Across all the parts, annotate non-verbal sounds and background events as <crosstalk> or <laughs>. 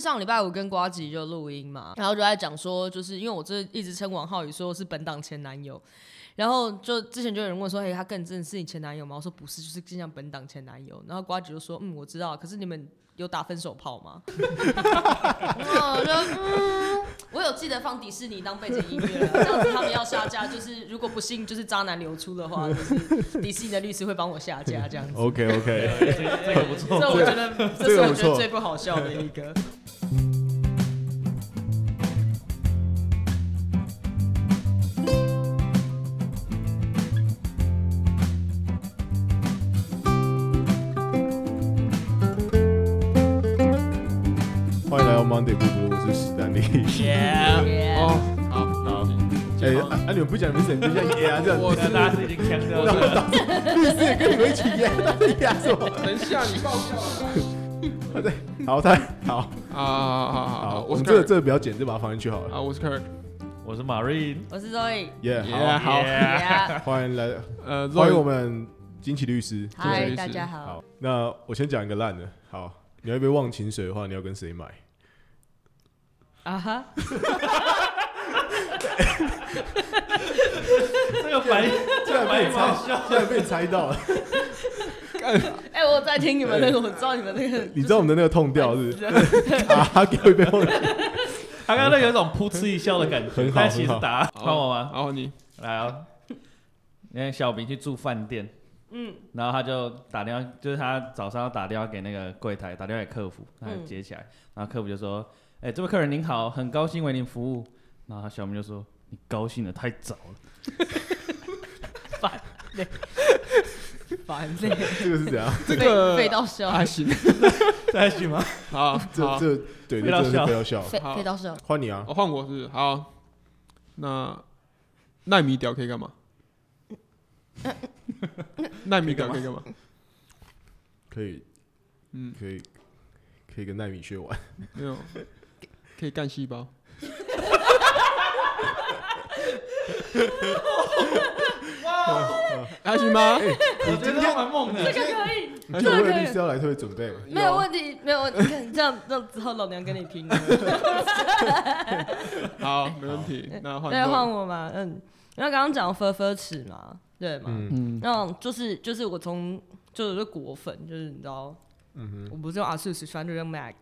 上礼拜五跟瓜吉就录音嘛，然后就在讲说，就是因为我这一直称王浩宇说是本档前男友，然后就之前就有人问说，哎、他更正是你前男友吗？我说不是，就是更像本档前男友。然后瓜吉就说，嗯，我知道，可是你们有打分手炮吗？ <laughs> 我就嗯，我有记得放迪士尼当背景音乐了，这样子他们要下架，就是如果不幸就是渣男流出的话，就是迪士尼的律师会帮我下架这样子。 OK OK，这个不错。这我觉得，这哦这是个我不觉得错最不好笑的一个。欢迎来到 Monday 不读，我是史丹利。 Yeah <laughs> 哦，好，好，哎，啊啊，你们不讲名字，你们就像耶啊这样子。我 <laughs> 的大家是已经强调然后了。打律师也跟你们一起耶，他在耶什么？等一下，你爆笑了！他在好，他好啊，好好好好，好，我我是们这个 Kirk 这个比较简，就把它放进去好了。啊，我是 Kirk，我是 Marine。我是 Zoe。耶， Yeah，好，好 Yeah 嗨，欢迎来，呃，欢迎我们们金奇律师。嗨大家好。好，那我先讲一个烂的。好，你要一杯忘情水的话，你要跟谁买？啊哈，这个反应，竟然被你蛮猜好笑，竟然被你猜到了。哎，我有在听你们那个，我知道你们那个，你知道我们的那个痛调是 <laughs> 就是 <laughs> 啊，他给我一杯忘情。他刚刚有一种噗嗤一笑的感很觉，好但其实很好答换我吗？然后你来啊！那天小明去住饭店，嗯，然后他就打电话，就是他早上要打电话给那个柜台，打电话给客服，他就接起来，然后客服就说：“哎、这位客人您好，很高兴为您服务。”然后小明就说：“你高兴的太早了。烦累， <laughs> 这个是怎样？这 <laughs> 个废到笑，啊，行，”这还行吗？好，这好，这对，这不要真的是笑不要笑。废好废到笑。换你啊，我换我是不是好。那纳米屌可以干嘛？纳米屌可以干嘛？可以嗯，可以可以跟奈米学玩。没有，可以干细胞。还行吗？我觉得蛮梦的。这个可以， <laughs> 你觉得我有律师要来特别准备吗？没有问题，没有问题。看这样，这样之后老娘跟你拼了。好，没问题。那换对， Kirk 换我嘛，嗯，因为刚刚讲分分尺嘛，对嘛，嗯嗯，那种就是就是我从就是我是果粉，就是你知道，嗯我不是用 ASUS，反正就用 Mac。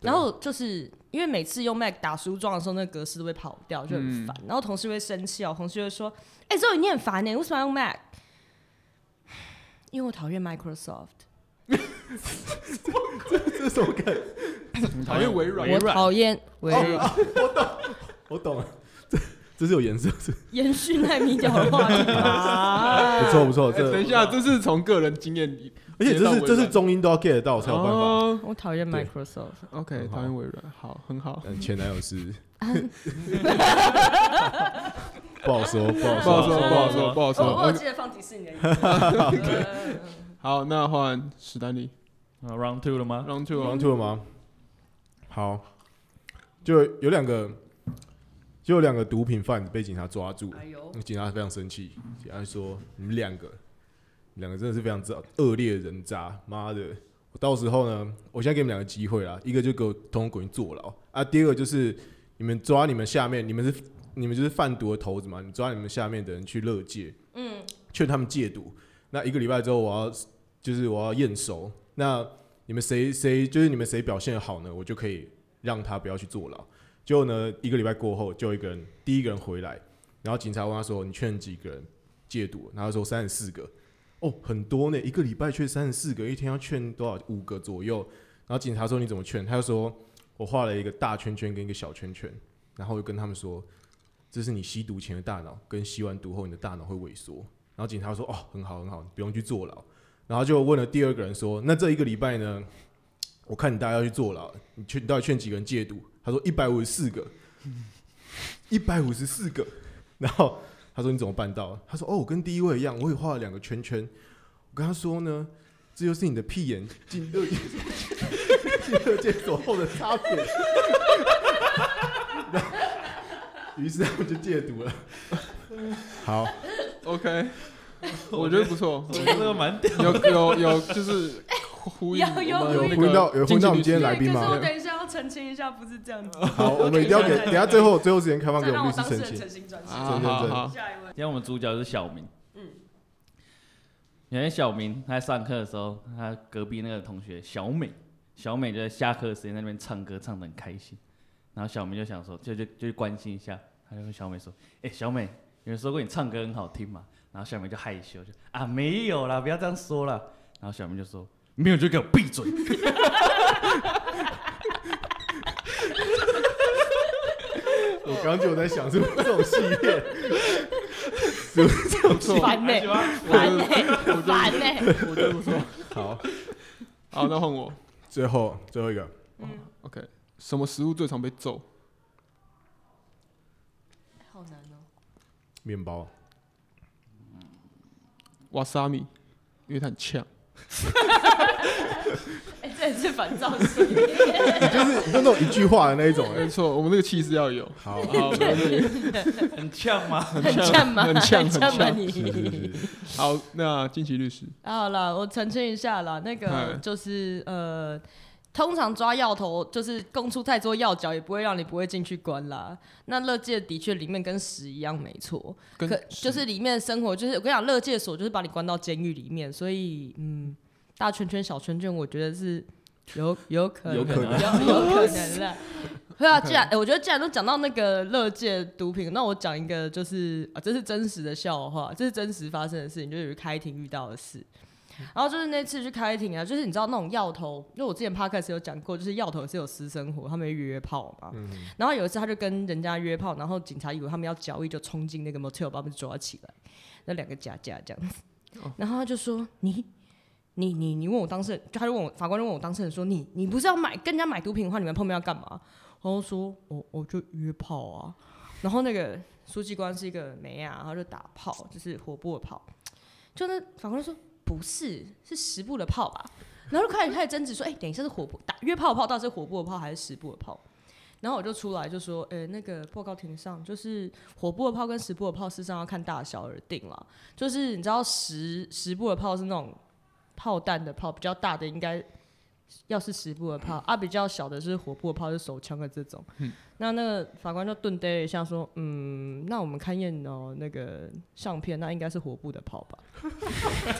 对然后就是因为每次用 Mac 打书状的时候，那个格式都会跑掉，就很嗯烦。然后同事会生气哦，同事就会说：“哎、周宇你很烦呢、为什么要用 Mac？” 因为我讨厌 Microsoft，哼， <laughs> 这是什么梗？讨厌微哦软我讨厌微软。我懂了， <laughs> 这这是有颜色，是延续奈米屌的话题吧不错不错。哎这等一下，这是从个人经验里，而且接啊这到是微这是软中音都要 get 得到才有办法。哦我讨厌对 Microsoft。 OK，很好讨厌微软，好，很好，但前男友是不好说，不好不好说。说，不好说，不好哦，我有呃说。记得放迪士尼的音乐。对好，那换史丹利啊 round two 了 <laughs> 吗？ ，Round Round Two， two 了吗？好，就有两个，就有两个毒品贩子被警察抓住，哎呦，那警察非常生气，警察说：“你们两个，你们两个真的是非常之恶劣的人渣，妈的！我到时候呢，我现在给你们两个机会啦，一个就给我通通滚去坐牢啊，第二个就是你们抓你们下面，你们是你们就是贩毒的头子嘛，你抓你们下面的人去乐戒，嗯，劝他们戒毒。那一个礼拜之后，我要就是我要验收，那你们谁谁就是你们谁表现得好呢，我就可以让他不要去坐牢。结果呢，一个礼拜过后，就有一个人第一个人回来，然后警察问他说：“你劝几个人戒毒？”然后他说：“三十四个。”哦，很多呢，一个礼拜劝三十四个，一天要劝多少？五个左右。然后警察说：“你怎么劝？”他就说：“我画了一个大圈圈跟一个小圈圈，然后就跟他们说，这是你吸毒前的大脑，跟吸完毒后你的大脑会萎缩。”然后警察说：“哦，很好，很好，你不用去坐牢。”然后就问了第二个人说：“那这一个礼拜呢？我看你大概要去坐牢，你劝你到底劝几个人戒毒？”他说：“一百五十四个， <laughs> 一百五十四个。”然后他说：“你怎么办到？”他说：“哦，我跟第一位一样，我也画了两个圈圈。我跟他说呢，这就是你的屁眼进二进二戒所后的差别。” <laughs> 然后于是他们就戒毒了。好， ，OK，我觉得不错我，觉得这个蛮屌。有有有，就是呼应有有我们呼有应那呼个应到有呼应到我们经济律师今天来宾可吗是我等一下要要澄清一下，不是这样子。好，我们一定要给，等一下最后最后时间开放再给我让们我律当事师澄人清。诚心转述。啊，对好 <laughs> 对好，下一位，今天我们主角是小明，嗯嗯，原来小明他在上课的时候，他隔壁那个同学小美，小美就在下课的时间在那边唱歌，唱得很开心，然后小明就想说，就就就去关心一下，他就跟小美说，哎、小美，有人说过你唱歌很好听嘛？然后小明就害羞，就啊没有啦，不要这样说啦。然后小明就说，没有就给我闭 <laughs> 嘴。我刚刚就有在想，是不是这种系列？是不是这种系列？烦呢、喜欢烦呢、烦欸呢、我觉得不错。好，好，那换我。最后最后一个， OK，什么食物最常被揍？ <laughs> 好难哦、面包。瓦萨米，因为它很呛。哎、这也是反造型。你就是你就那种一句话的那一种、没哎错，我们那个气势要有。好，<laughs> <laughs> 好，没问题很呛吗？很很呛，呛吗？很呛，很吗是呛。是你？啊是，好，那金奇律师，好了，我澄清一下啦，那个嗯就是呃。通常抓药头就是供出太多药脚，也不会让你不会进去关啦。那乐界的确里面跟屎一样没错，跟可就是里面生活就是我跟你讲，乐界所就是把你关到监狱里面，所以嗯，大圈圈小圈圈，我觉得是有 <laughs> 有可能有可能有 <laughs> 有可能啦。 <laughs> 对啊，既然、欸我觉得既然都讲到那个乐界毒品，那我讲一个就是啊，这是真实的笑话，这是真实发生的事情，就是开庭遇到的事。然后就是那次去开庭啊，就是你知道那种药头，因为我之前 podcast 有讲过，就是药头也是有私生活，他们会约炮嘛。嗯，然后有一次他就跟人家约炮，然后警察以为他们要交易，就冲进那个 motel 把他们抓起来，那两个假假这样子。哦然后他就说：“你，你，你，你问我当事人，就他就问我法官就问我当事人说，你，你不是要买跟人家买毒品的话，你们碰面要干嘛？”然后说：“我，我就约炮啊。”然后那个书记官是一个梅啊，然后就打炮，就是火步的炮。就那法官就说：“不是，是十步的炮吧？”然后就开始开始争执说：“哎、等一下是火步打约炮的炮，到底是火步的炮还是十步的炮？”然后我就出来就说，呃、那个报告庭上就是火步的炮跟十步的炮，事实上要看大小而定啦。就是你知道十十步的炮是那种炮弹的炮，比较大的应该要是十步的炮，嗯啊，比较小的是火步的炮，是手枪的这种。那那个法官就顿呆了一下，说，嗯，那我们勘验哦那个相片，那应该是火步的炮 <laughs> 吧？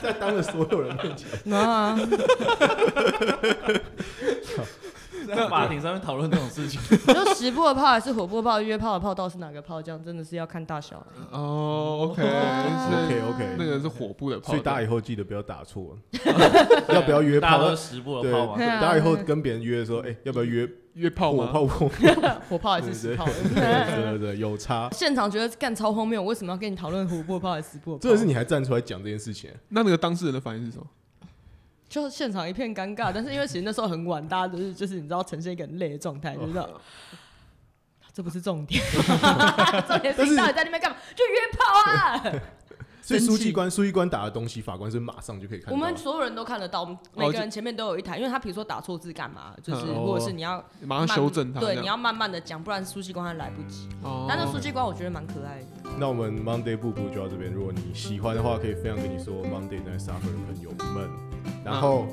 在当着所有人面前，那 <laughs> 在法庭上面讨论这种事情，就十步的炮还是火步的炮，约炮的炮到底是哪个炮？这样真的是要看大小。哦，OK，哇所以 OK，OK 那个是火部的炮，所以大家以后记得不要打 <laughs> 错，要不要约大家炮都？是十步对，的炮对嘛，啊大家以后跟别人约的时候，哎，要不要约约炮我 <laughs> 吗？炮我？ <laughs> 火炮还是对实对炮？对对对，有差。现场觉得干超荒谬，我为什么要跟你讨论琥珀炮还是石破炮？真的是你还站出来讲这件事情，啊那那个当事人的反应是什么？就现场一片尴尬，但是因为其实那时候很晚，大家都是就是你知道呈现一个很累的状哦态，就是这样这不是重点， <laughs> 重点是但是你到底在那边干嘛？就约炮啊！所生以气书记官书记官打的东西，法官是马上就可以看到。我们所有人都看得到，我们每个人前面都有一台，因为他比如说打错字干嘛，就是哦或者是你要马慢上修嗯正他这样。对，你要慢慢的讲，不然书记官还来不及。哦。但那书记官我觉得蛮可爱的。那我们 Monday 步步就到这边。如果你喜欢的话，可以分享给你说 Monday 在 suffer 的朋友们。然后、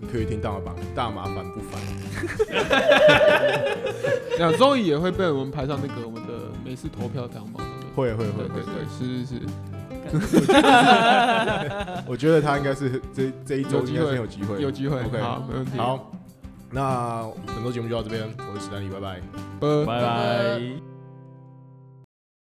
你可以听大麻烦大麻烦不烦？那终于也会被我们排上那个我们的每次投票排行榜上面。会啊会会会对对，对，是是是，我觉得他应该是这这一周有机应该会是很有机会。有机会 OK 好，没问题。，好，那本周节目就到这边，我是史丹利，拜拜。拜拜拜。